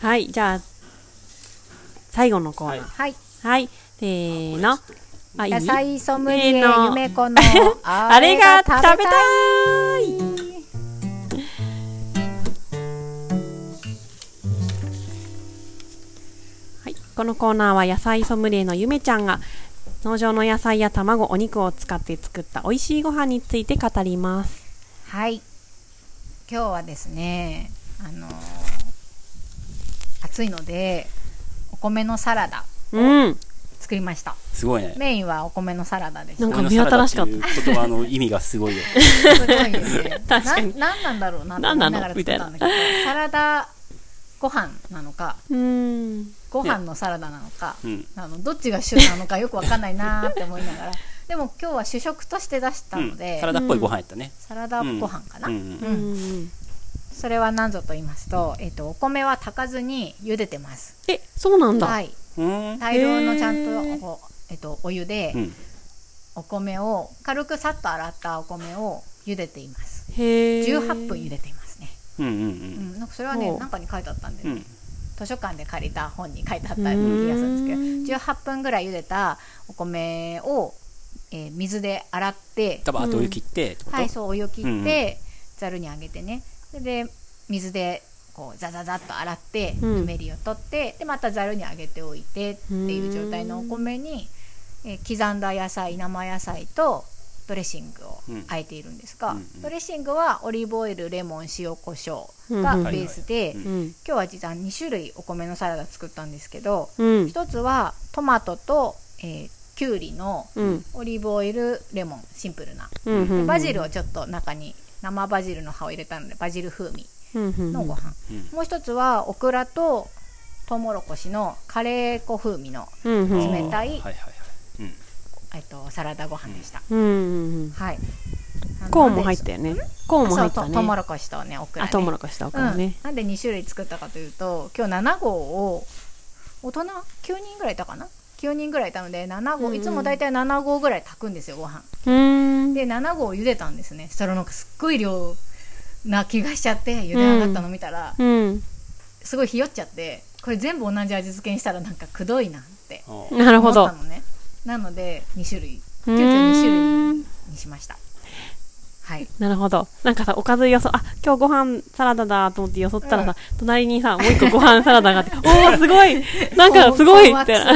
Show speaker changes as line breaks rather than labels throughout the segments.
はい、じゃあ、最後のコーナー。
はい。
はい、せーの。あ、いい
野菜ソムリエゆめこの
あれが食べたいはい、このコーナーは野菜ソムリエのゆめちゃんが農場の野菜や卵、お肉を使って作った美味しいご飯について語ります。
はい。今日はですね、あのー暑いのでお米のサラダ
うん、
作りました。
すごいね。
メインはお米のサラダでし
な
た。
んか目新しかった
このサラダっていう言葉の意味がすごいよ。
すごいですね。
確かに
ななんなんだろうなと
なん
思
ないの
ながら作ったんだけど、サラダご飯なのか、
うん、
ご飯のサラダなのか、
うん。
あのどっちが主なのかよくわかんないなーって思いながら、でも今日は主食として出したの
う
で、
んサラダっぽいご飯やったね。
サラダご飯かな。
うんうん
う
うん
ん。
それは何ぞと言いますと、えっとお米は炊かずに茹でてます。
え、そうなんだ。
はい、
うん。
大量のちゃん
へー
とこうえっとお湯で
うん。
お米を軽くさっと洗ったお米を茹でています。
へえ。
18分茹でていますね。
うんうん
う
うん
ん、なんかそれはね
ほう
なんかに書いてあったんで、
うん。
図書館で借りた本に書いてあったような気がするんですけど、18分ぐらい茹でたお米を、えー水で洗って、
多分後湯切ってってこと
はい、そうお湯を切って、
うんうん
ざるにあげてねそれで水でこうザザザっと洗って
うん
ぬめりを取って、でまたざるにあげておいてっていう状態のお米に、えー刻んだ野菜生野菜とドレッシングを
うん
あえているんですが、
うんうん
ドレッシングはオリーブオイルレモン塩コショウ
う
が
んうん
ベースで、
はいはい
うん。うん。
今日は実は2種類お米のサラダ作ったんですけど
うん。
一つはトマトと、えー、きゅうりの
うん。
オリーブオイルレモンシンプルな
うん。
バジルをちょっと中に生バジルの葉を入れたのでバジル風味のご飯、
うん
もう一つはオクラとトウモロコシのカレー粉風味の、
うんうんうん
冷たい
あーはいはいはい。うん。
えっと、サラダご飯でした、
うんうんうん
はい
コーンも入っ
る
たよねコーンも入った
そう
ね
とトウモロコシとねオクラ、
あ
ね、
トウモロコシとか
うん
ね、
なんで2種類作ったかというと今日7号を大人9人ぐらいいたかな9人ぐらいいたので7
う
号、
んうん
いつも大体7号ぐらい炊くんですよご飯
うーん
で7号を茹でたんですねそしたらなんかすっごい量な気がしちゃって茹で上がったの見たら、
うん
すごいひよっちゃってこれ全部同じ味付けにしたらなんかくどいなって
あー
なるほ
思っ
ど
たのねなので2種類
うー
急
ん
遽2種類にしましたはい
なるほどなんかさおかずよそあ今日ご飯サラダだと思ってよそったらさ、隣にさもう一個ご飯サラダ があっておおすごいなんかすごいみたいな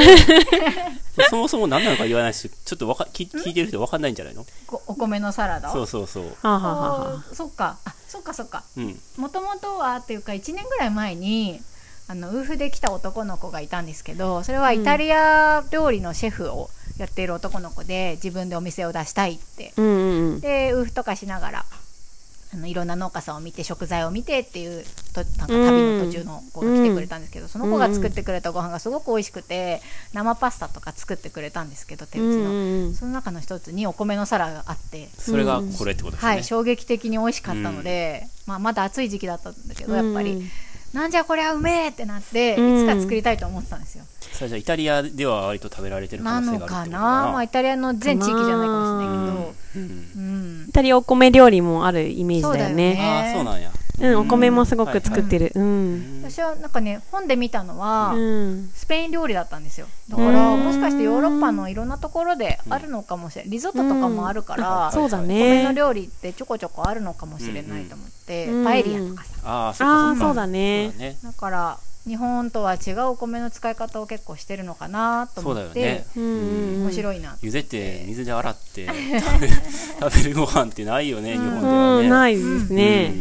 そもそも何なのか言わないし、ちょっとわか聞聞いてる人わかんないんじゃないの
こお米のサラダを
そうそうそう。
はあはあはあは
あーそっかあそっかそっか
うん。
もともとはっていうか1年ぐらい前にあのウーフで来た男の子がいたんですけどそれはイタリア料理のシェフをやっている男の子で自分でお店を出したいって
うんうんうん
でウーフとかしながらあのいろんな農家さんを見て食材を見てっていうとなんか旅の途中の子が来てくれたんですけど、その子が作ってくれたご飯がすごく美味しくて生パスタとか作ってくれたんですけど手
う
打ちの、
んうん
その中の一つにお米の皿があって。
それがこれってことですね。
はい、衝撃的に美味しかったので、まあ、まだ暑い時期だったんだけどやっぱり、
うん
なんじゃこりゃうめえってなってい
うん
つか作りたいと思ってたんですよ、
それじゃあイタリアでは割と食べられてる
な
可能
の
性があ
か
るってこ
な
とか
まあ、
な
イ。タリアの全地域じゃないかもしれないけど、
うん
うん
イタリアお米料理もあるイメージだよね
ああ、そうなん
う
や。
んお米もすごく作ってるうん
私はなんかね本で見たのは、
うん
スペイン料理だったんですよだから
うん
もしかしてヨーロッパのいろんなところであるのかもしれないリゾットとかもあるから、
そうだ
米
ね
の料理ってちょこちょこあるのかもしれないと思って、
うん
パエリアとかさ
ああ、そっ
あ
か
あ
っ
そう
か
だね
そうだね。
だから日本とは違うお米の使い方を結構してるのかなと
そうだ
思
よ
って、
ね。
うん
面白いな
茹でて水で 洗って食べ食べるご飯ってないよね、日本では
う
ね。
んないですね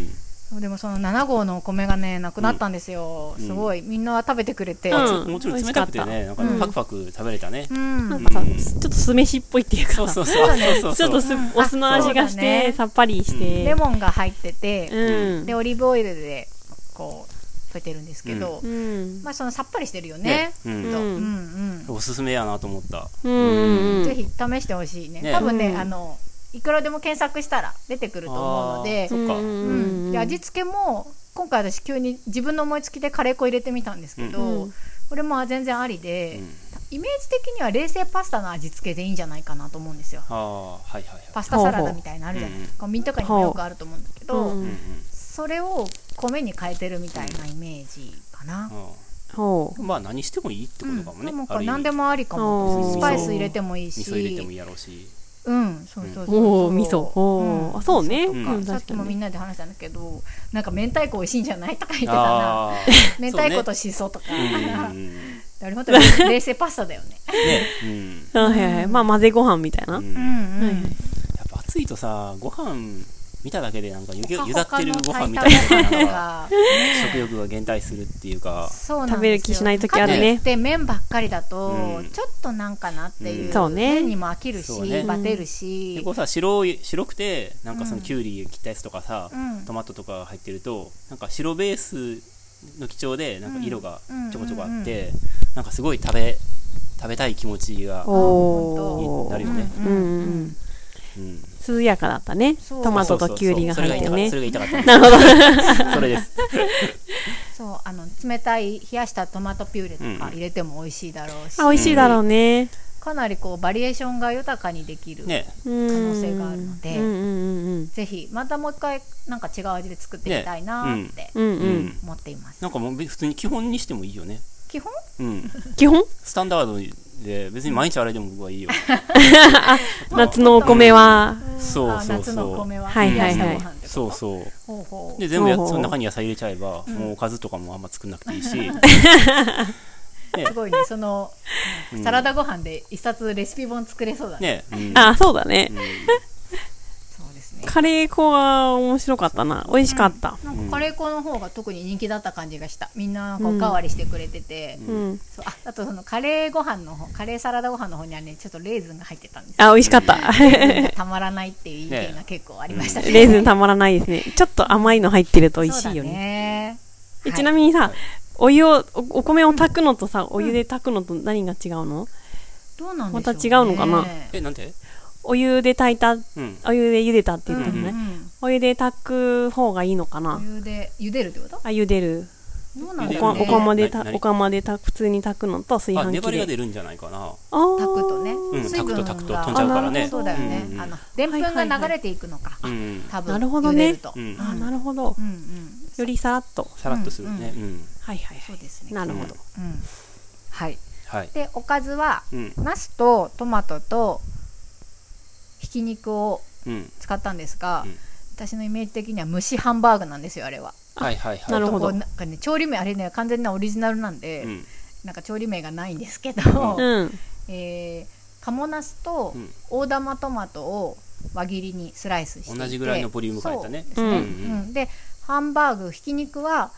でもその7号のお米がねなくなったんですよ、
うん
すごいみんな食べてくれて、
うん。
う
あ
ん
つもちろん冷たくてね、なんかね
うん
パクパク食べれたね。
うん
なん
ん
かさ、ちょっと酢飯っぽいっていうか
そうそうそうそ
ちょ
うそう
っ
そ
と
う。
す
うん
お酢の味がし
あそうだ
て、
ね
さっぱりして。
レモンが入ってて、
うん。
でオリーブオイルでこう溶いてるんですけど、
うん。
まあそのさっぱりしてるよね
ねうん
きっと
う
うんんうん
おすすめやなと思った。
うんうんうん。
ぜひ試してほしいね
ね
多分ね、
うん
あのいくらでも検索したら出てくると思うので
あーそっか
うん
う
うんうん
ん、で味付けも今回私急に自分の思いつきでカレー粉入れてみたんですけど、
うん
これも全然ありで、
うん
イメージ的には冷製パスタの味付けでいいんじゃないかなと思うんですよ
ああ、はいはいは
パスタサラダみたいなのあるじゃないですかコンビニとかにもよくあると思うんだけど、
うん
い。うんうん
それを米に変えてるみたいなイメージかかな、
ほう
うんまあ何してもいいってことかもね、
うん、
ある意味
何でもありか
あ
も
ー
スパイス入れてもいいし
味噌入れてもいいやろうし
うんそうそうそうそう
おお味噌おーあそうね
味噌とか
うん
さっき
確か
も
に
みんなで話したんだけどなんか明太子美味しいんじゃないとか言ってたな
あー
明太子としそとか、
そうねうんうんうん
あれ本当に冷製パスタだよね
ね うん
あはいはいはいまあ混ぜご飯みたいな、
うん
う
やっ
んうん
ぱ暑いとさご飯見ただけでなんかゆ
ほかほ
ゆだっ
か
て
の
るご飯みたい
炊いた
な
ご
の
飯と
が
か
食欲が減退するっていうか
そうなんですよ
食べる気しない時あるね
かといって麺ばっかりだと、
うん
ちょっとなんかなっていう,、
うん
そうね
麺にも飽きるし、
そうね
バテる
結
し、
構さ白い白くてなんかその
うん
きゅうり切ったやつとかさ、
うん
トマトとか入ってるとなんか白ベースの基調でなんか色がちょこちょこあって、なんかすごい食べ食べたい気持ちが、
おお
なるよね
うんうんうん
うん
涼やかだったね
そう
トマトときゅうりが入ってね
それが痛かったそれが痛 かった それです
そうあの冷たい冷やしたトマトピューレとか入れても美味しいだろうし、
あ美味しいだろうね
かなりこうバリエーションが豊かにできる、
ね
うん
可能性があるので
うんうん
ぜひまたもう一回なんか違う味で作ってみたいなーって
うんうん
う、
うんん
思っています、
なんかもう普通に基本にしてもいいよね
基本
うん
基本
スタンダードで別に毎日あれでも僕はいいよ
夏のお米は
そう
あ
そうそ
夏
う
のお米は
はいはいはい
冷やしたご飯ってこと
そうそう
ほうほう
で全部や
ほうほう
その中に野菜入れちゃえば、もうおかずとかもあんま作んなくていいし、ね、
すごいねその
うん
サラダご飯で一冊レシピ本作れそうだね
ね、うん
あそうだね
そうですね
カレー粉は面白かったな美味しかった
なんかカレー粉の方が特に人気だった感じがしたみんななんかおかわりしてくれてて、
うん
そうああとそのカレーご飯の方カレーサラダご飯の方にはねちょっとレーズンが入ってたんですよ
あ美味しかった
レーズンがたまらないっていう意見が結構ありました ね
レーズンたまらないですねちょっと甘いの入ってると美味しいよ
そうだ
ね
ね
えちなみにさお湯をおお米を炊くのとさお湯で炊くのと何が違うの
どうなんでしょうね
また違うのかな
えなんで
お湯で炊いた
うん
お湯で茹でたって
う
言
ん
ったの
う
ね
ん
お湯で炊く方がいいのかな
お湯で茹でるってこと
あ茹でる
どうなん
お
だ
茹で
か
る
ろうね
お釜でた
なな
お釜で炊く普通に炊くのと炊
あ
飯
粘
器
りが出
で
るんじゃないかな
あー
炊くとね、
ん
水分が
炊くと炊くと飛んじゃうからね
あそうだよね、
うん
あのでんぷんが流れていくのか、
うん
多分
なるほどね
茹でると、
う
うんん
あなるほど
うんうん
よりさらっと
さらっとするねうん、
はいはい
そ
は
うです
い
ね
なるほど
うんはい
はい
でおかずは
うん
ナスとトマトとひき肉を
うん
使ったんですが、
うん
私のイメージ的には蒸しハンバーグなんですよあれは
はいはいはい
なるほど
こうなんかね調理名あれね完全なオリジナルなんで、
うん
なんか調理名がないんですけど、
うん
えー、カモナスと
うん
大玉トマトを輪切りにスライスしていて
同じぐらいのボリューム感やったね
そうですね
うん
うんでハンバーグひき肉は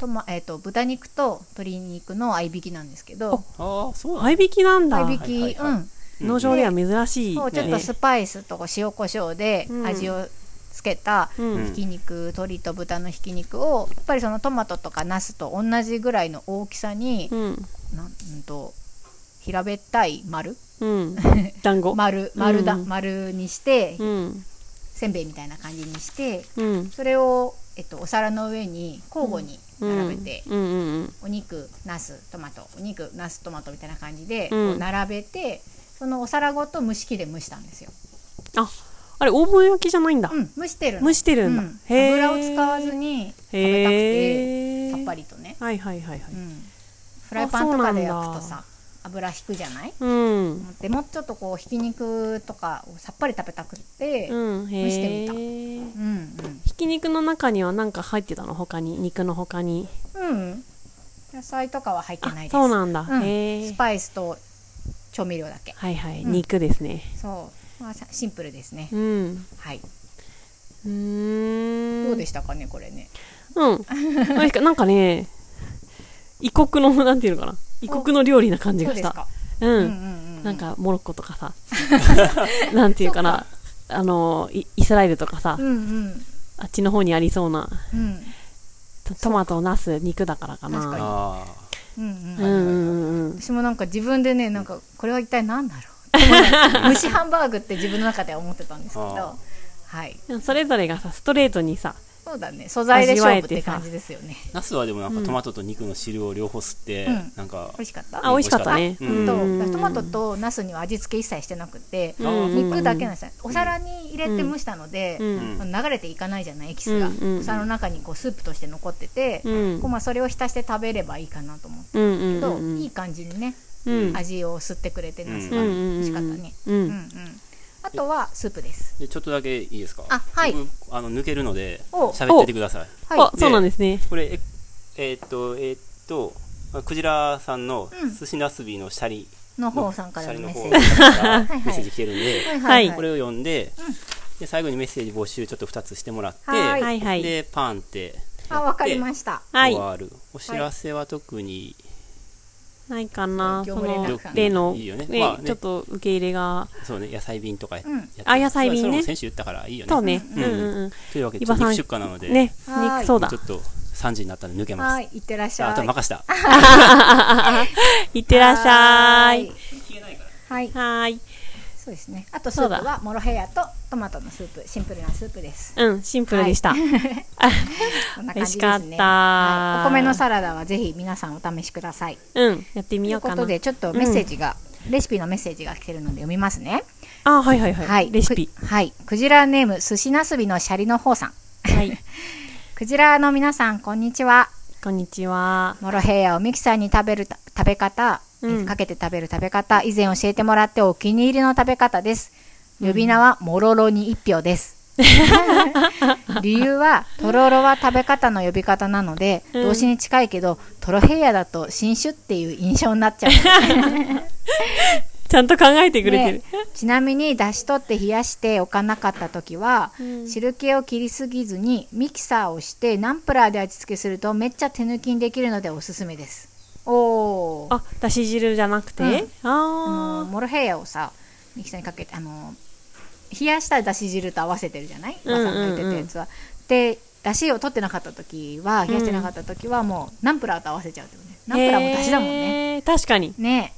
トマ、えー、と豚肉と鶏肉の合いびきなんですけど
ああそうなんだ
合いびきなんだ
合いびき、
はいはいはい
うん
農場では珍しい
そうちょっとスパイスとこう塩コショウで
うん
味をつけた
うん
ひき肉、鶏と豚のひき肉をやっぱりそのトマトとかナスと同じぐらいの大きさに
う、ん
なんうんと平べったい丸
うん団子
丸丸だ、
うん
丸にして
うん
せんべいみたいな感じにして
うん
それを、えっと、お皿の上に交互に並べて、
うんうん
お肉ナストマトお肉ナストマトみたいな感じで、
うん
こう並べてそのお皿ごと蒸し器で蒸したんですよ、
ああれオーブン焼きじゃないんだ
うん、蒸してるの
蒸してるんだ
うん
へー
油を使わずに食べたくて
へえ
さっぱりとね、
はいはいはいは
う
い
ん、フライパンとかで焼くと
そうなん
さ油引くじゃない
うん
でもうちょっとこうひき肉とかをさっぱり食べたくって、うん
うんへ
蒸してみた
え
うん
ひき肉の中には何か入ってたの他に肉の他に
うんうん野菜とかは入って
あ
ないです
そうなんだ、
うん
へ
ス
え
パイスと調味料だけ
はいはい、
うん
肉ですね
そう、まあ、さシンプルですね、
うん
はい、
うーん
どうで
し
したかねこれね
たうんなんかなんかね異国のなんていうのかな異国の料理な感じ
ど
が
うで
し
す
た
か
う、
うんんうんうん
なんかモロッコとか さなんていうかなあのイイスラエルとかさ、
うんうん
あっちの方にありそうな
うん
トトマトナス肉だからかな
確かに
あ
うん
う
うんん
うんうん
私もなんか自分でねなんかこれは一体何だろうって思いなが ら蒸しハンバーグって自分の中では思ってたんですけ
あ
どはい
でもそれぞれがさストレートにさ
そうだね素材で勝負って感じですよね
ナスはでもなんかトマトと肉の汁を両方吸って、
うん
なんか
美味しかった
あ、美味しかったね。
う
うんんと
うん
トマトとナスには味付け一切してなくて、
うん
肉だけなんですよお皿に入れて蒸したので、
うん
流れていかないじゃないエキスが、
うんうん
お皿の中にこうスープとして残ってて、
うん
こうまあ、それを浸して食べればいいかなと思って、
うんうん
と
うん
いい感じにね、
うん
味を吸ってくれてナス
う
が
う
ん
んうん
美味しかったね、
うん
うんあとはスープです
でちょっとだけいいですか
あはい
僕あの抜けるので
お
喋っててください
はい
あ、そうなんですね。
これええーっとえーっとあクジラさんの
うん
寿司なすびのシャリ
の方さんからのメッセージ
シャリの方から
はいはい
メッセージ来てるんで、
はい
これを読んで,、
うん
で最後にメッセージ募集ちょっと2つしてもらって
は
はいはい
でパンって
あわかりました
はい
終。わるお知らせは特に、
ないかな。
業
そ
務連絡
の
かな
例の
いいよねまあ
ね
ね
ちょっと受け入れが。
そうね野菜便とかや,、
うん
って
あ野菜便ね
それも先週言ったからいいよね
そうね。
う
うんんうん
というわけで
伊庭さん
肉出荷なの
う
で、
ん。ね、
はい
肉そうだ
ちょ。っと3時になったんで抜けます、
はいいってらっし
じゃ
ゃ
あ
い
あと任した
いってらっしゃい。
はい
はい。
そうですねあとスープはモロヘイヤとトマトのスープシンプルなスープです
うん、シンプルで した。
こんな感
美味
じですね
しかった
はいお米のサラダはぜひ皆さんお試しください
うん、やって
と
み
い
よう
うこ
か
と
な。
でちょっとメッセージが、レシピのメッセージが来てるので読みますね
あ、はいはいは。
はいい
レシピ。
くはいクジラネーム寿司なすびのシャリの方さん
はい。
クジラの皆さんこんにちは
こんにちは。
モロヘイヤをミキサーに食べるた食べ方、
うん
かけて食べる食べ方以前教えてもらってお気に入りの食べ方です呼び名はモロロに一票です 理由はとろろは食べ方の呼び方なので、
うん
動詞に近いけどトロヘイヤだと新種っていう印象になっちゃ う
ちゃんと考えてくれてる
ね。ちなみに出し取って冷やしておかなかった時は、
うん
汁気を切りすぎずにミキサーをしてナンプラーで味付けするとめっちゃ手抜きにできるのでおすすめですおお
あ、だし汁じゃなくて、
うんあの
あ
モロヘイヤをさミキサーにかけてあの冷やしただし汁と合わせてるじゃない
うんうんうん
マサが言ってたやつは。でだしを取ってなかった時は冷やしてなかった時はもうナンプラーと合わせちゃうってことね
ー。
ナンプラーもだしだもんね。
ね。確かに。
ね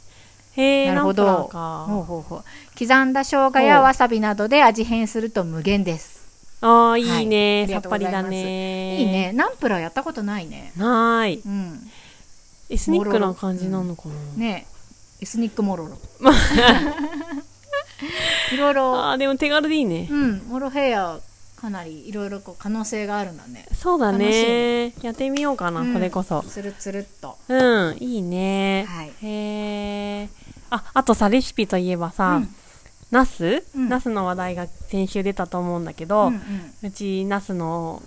へ
え
え、
なるほ
ナン
ど
プラー
ほう
か。
ほうほう刻んだ生姜やわさびなどで味変すると無限です
ああ、
はい
いい
あ
ね。
り
さ
が
っ
とう
ぱ
ご
り
ざいます
だね。
いい。ねナンプラーやったことないね
はい。
うん
エスニックな感じなのかな。
ねえエスニック モロロいろいろ
ああ、でも手軽でいいね。
うん、モロヘイヤかなりいろいろこう可能性があるんだね。
そうだ
楽しい
ね。やってみようかな、
うん
これこそ。
つるつるっと。
うん、いいね。
はい
へえ。あ、あとさ、レシピといえばさ、
うん
ナス
うん
ナスの話題が先週出たと思うんだけど、
う
うんちナスの、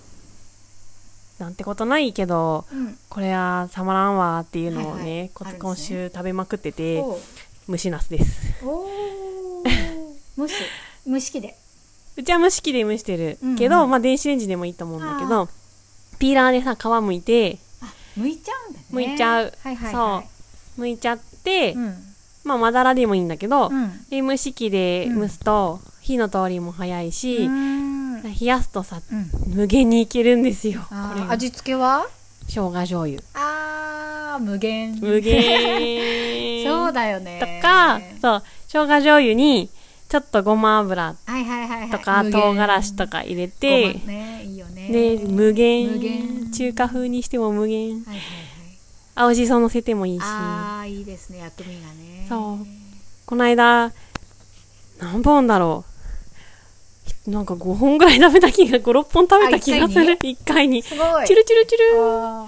なんてことないけど、
うんうん。
これはたまらんわっていうのをね、
はいはい
こ
あるんですね
今週食べまくってて、
おう
蒸しナスです。
お ー。蒸し蒸し器で。
うちは蒸し器で蒸してる
うんうん
けど、まあ電子レンジでもいいと思うんだけど、ピーラーでさ、皮むいて、
あ、剥いちゃうんだね。
剥いちゃう
はいはいはい。
むいちゃって、
うん。
まあまだらでもいいんだけど、
うん。
で蒸し器で蒸すと火の通りも早いし、
うん。
冷やすとさ
うん
無限にいけるんですよこ
あ
れ
ー
が
味付けは？
生姜醤油
あー無限。
無。 限
そうだよね。
とかそう生姜醤油にちょっとごま油
はいはいはいはい。
とか
無限
唐辛子とか入れ
ご
て、
まねいいよね。
で無限
無限
中華風にしても無限
はいはいはい。
青じそ乗せてもいいし
ああいいですね薬味がね
そうこの間何本だろうなんか5本ぐらい食べた気が56本食べた気がする1回に
すごい
チュルチュルチュル
あー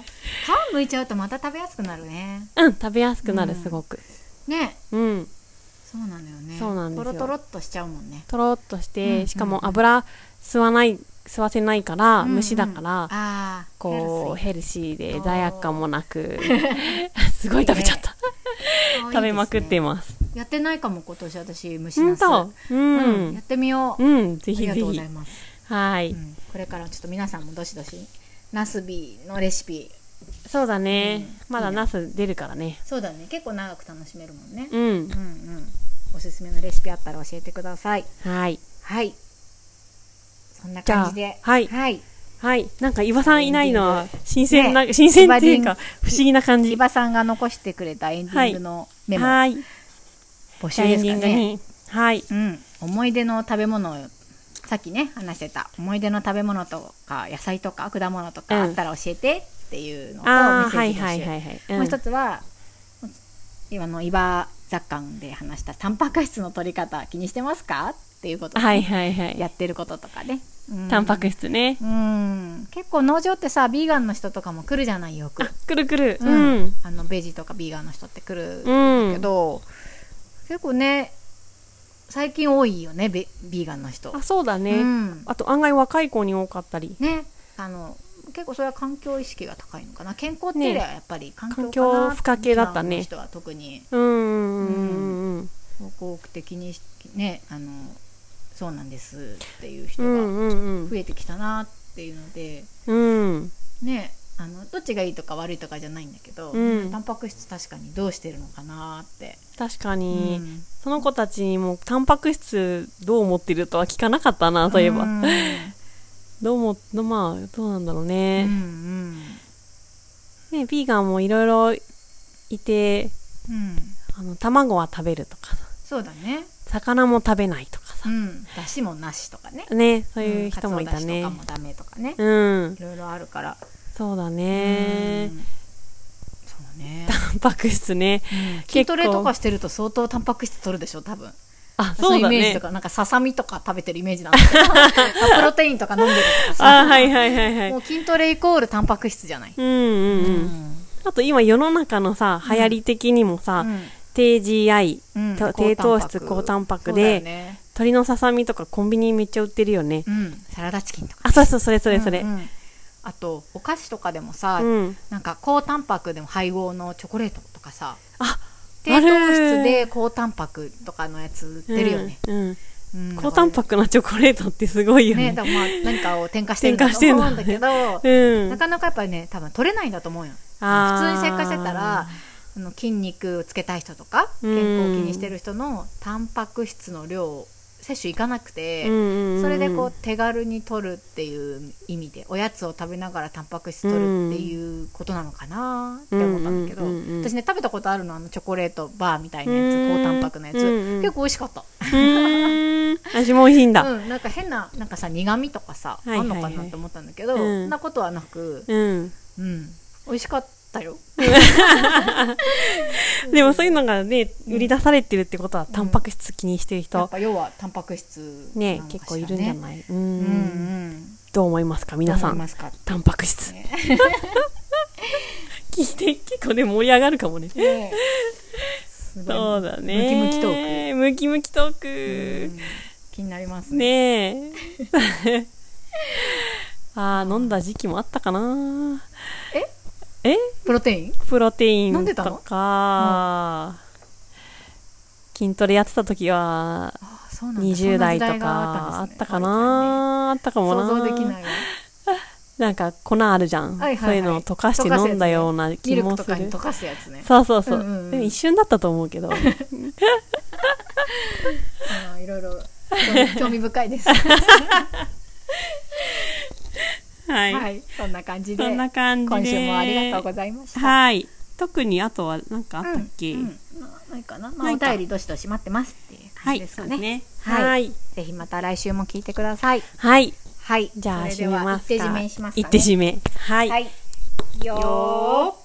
皮むいちゃうとまた食べやすくなるね
うん、食べやすくなる、
うん
すごく。
ね
うん。
そうなのよね
そうなんですよ
トロトロっとしちゃうもんね
とろっとし
うんうんう
て、
ん
しかも油吸わない、吸わせないから、
うんうん
虫だから、
あー
こう、ヘ
ヘル
ルシー
あ
で
ー
罪悪感もなく、 すごい食べちゃった。
シーあーいいですね
食べまくってます。
やってないかも今年私虫
うん
なす
と、う
うんや
ん
っ。てみよう
うん、ぜ
あり
ひ
が
ぜ
とうご
ひ
ざい。ます
は
う
い。
んこれからちょっと皆さんもどしどしなすびのレシピ
そうだね。
うん
まだ
いいね
ナス出るからね。
そうだね結構長く楽しめるもんね
う
うん
ん。
うんおすすめのレシピあったら教えてください
はい。
はい。そんな感じで。
じゃあはい
はい。
はい。なんか、岩さんいないの
エン
は
デ、
新鮮な、
ね
新鮮っていうか
ヒ、
不思議な感
千
じ。は
葉さんが残してくれたエンディングのメモ、
い。
募
じ
集
ゃあエ
で
ン
す
ディ
か
ング
ね。
に。はい。
うん。思い出の食べ物をさっきね話してた思い出の食べ物とか野菜とか果物とかあったら教えてっていうのとメ
あ
ッ
あ
セ
は
ー
い
ジ募集、
はいはいはい、
もう一つは今のイバ雑感で話したタンパク質の取り方気にしてますかっていうこと、
はいはいは
や
い
ってることとかね、うん
タンパク質ね
うん結構農場ってさビーガンの人とかも来るじゃないよく
あくるくるう
うん
ん
あのベジとかビーガンの人って来る
うん
けど、結構ね最近多いよねベビーガンの人
あそうだね、
うん
あと案外若い子に多かったり
ねあの結構それは環境意識が高いのかな健康っていうよりはやっぱり環境かな、
環境不可系だったね
ビーガンの人は特に
うんうんうんうん
すごく多くて気にしねあのそうなんですっていう
う
人
ん
が
うん
増えてきたなっていうので、
うんうん
ねあのどっちがいいとか悪いとかじゃないんだけど、
うん
タンパク質確かにどうしてるのかなって、
確か
う
に、
ん
その子たちにもタンパク質どう思ってるとは聞かなかったなそういえば、
うん
どうもどまあどうなんだろう
うんう
ね、
ん
ねビーガンもいろいろいて
うん
あの卵は食べるとかさ
そうだね
魚も食べないとか
う
さ、
んだしもなしとかね
ねそういう人もいたね
うん鰹だしとかもダメとかね、
うん、
いろいろあるから
そうだ
う
ね
んそ うね
タンパク質ね
筋トレとかしてると相当タンパク質取るでしょ多分
あ
そ
そうう
いう
だ
イメージ
ね
とか、なんかささみとか食べてるイメージなんだけ どまあプロテインとか飲んでるとかさ
あはいはいはいはい
もう筋トレイコールタンパク質じゃない、
うんうんうん、あと今世の中のさ流行り的にもさ、低 GI、
うん
と
うん
低糖質高タンパク
そうだよ
で、
ね
鶏のささみとかコンビニめっちゃ売ってるよね、
うん、サラダチキンとか
あそうそうそれそれそれ
うんうんあとお菓子とかでもさ、
うん
なんか高タンパクでも配合のチョコレートとかさ
あ
低糖質で高タンパクとかのやつ売ってるよね、
うんうん
うん
高タンパクなチョコレートってすごいよね
ねだからまあ何かを添加してるんだ
添加して
と
ん
思
だ
うんだけど、
うん
なかなかやっぱりね多分取れないんだと思うよ
あ
普
ー
通に生活してたらあの筋肉をつけたい人とか
う
健
ん
康を気にしてる人のタンパク質の量を摂取いかなくて、
うんうんうん
それでこう手軽に取るっていう意味でおやつを食べながらタンパク質取るっていうことなのかなって思ったんだけど、
うんうんうんうん
私ね食べたことあるのあのチョコレートバーみたいなやつ、
うん
高タンパクのやつ、
うんうん
結構美味しかった。
うーん味も美味しいんだ
うん、なんか変ななんかさ苦味とかさ、
はいはいはい
あんのかなって思ったんだけど、
うん
そんなことはなく、
うん
うん、美味しかったよ。
でもそういうのがね売り出されてるってことはタンパク質気にしてる
や
人
っぱ要はタンパク質な
ね
のかしら
結構いるんじゃないうん
うんうん
どう思いますか皆さ
どう思い
ん
ますか
タンパク質 聞いて結構ね盛り上がるかもね
ねすごい
そうだね
ムキムキトー
クムキムキト
ク、う
ー
ん
ク
気になりますね
ねえ あー飲んだ時期もあったかなえ
プロテイン
プロテイ
飲ん
ン
でた
と
の
か、筋トレやってた時は
あそうなんだ
20代と
そんな時代が
かあ
あ
っ
んです
た
ね
かなあったかもな
想像できないわ
なんか粉あるじゃん、
はいはいはい
そういうのを溶かして飲んだような
ミ
気
ル
も
クと
す
か
る
に溶かすやつね
そうそうそう,、
うんうんうん
でも一瞬だったと思う けど
あーいろいろ興味 興味深いです
は
はいそんな感じで
そんな感じで
今週もありがとうございました
はい特にあとは何かあったっけ、
うんうんなないかな、まあ、
な
お
いか
便りどしどし待ってますっていう
は
感
い
じです
そ
か
うです
ね
ね
はい
はい、
ぜひまた来週も聞いてください
はい、
はい
じゃあ
それ
閉
で
め
は
ま
一
すか
手締めしますかね
一手締めはい
はいよー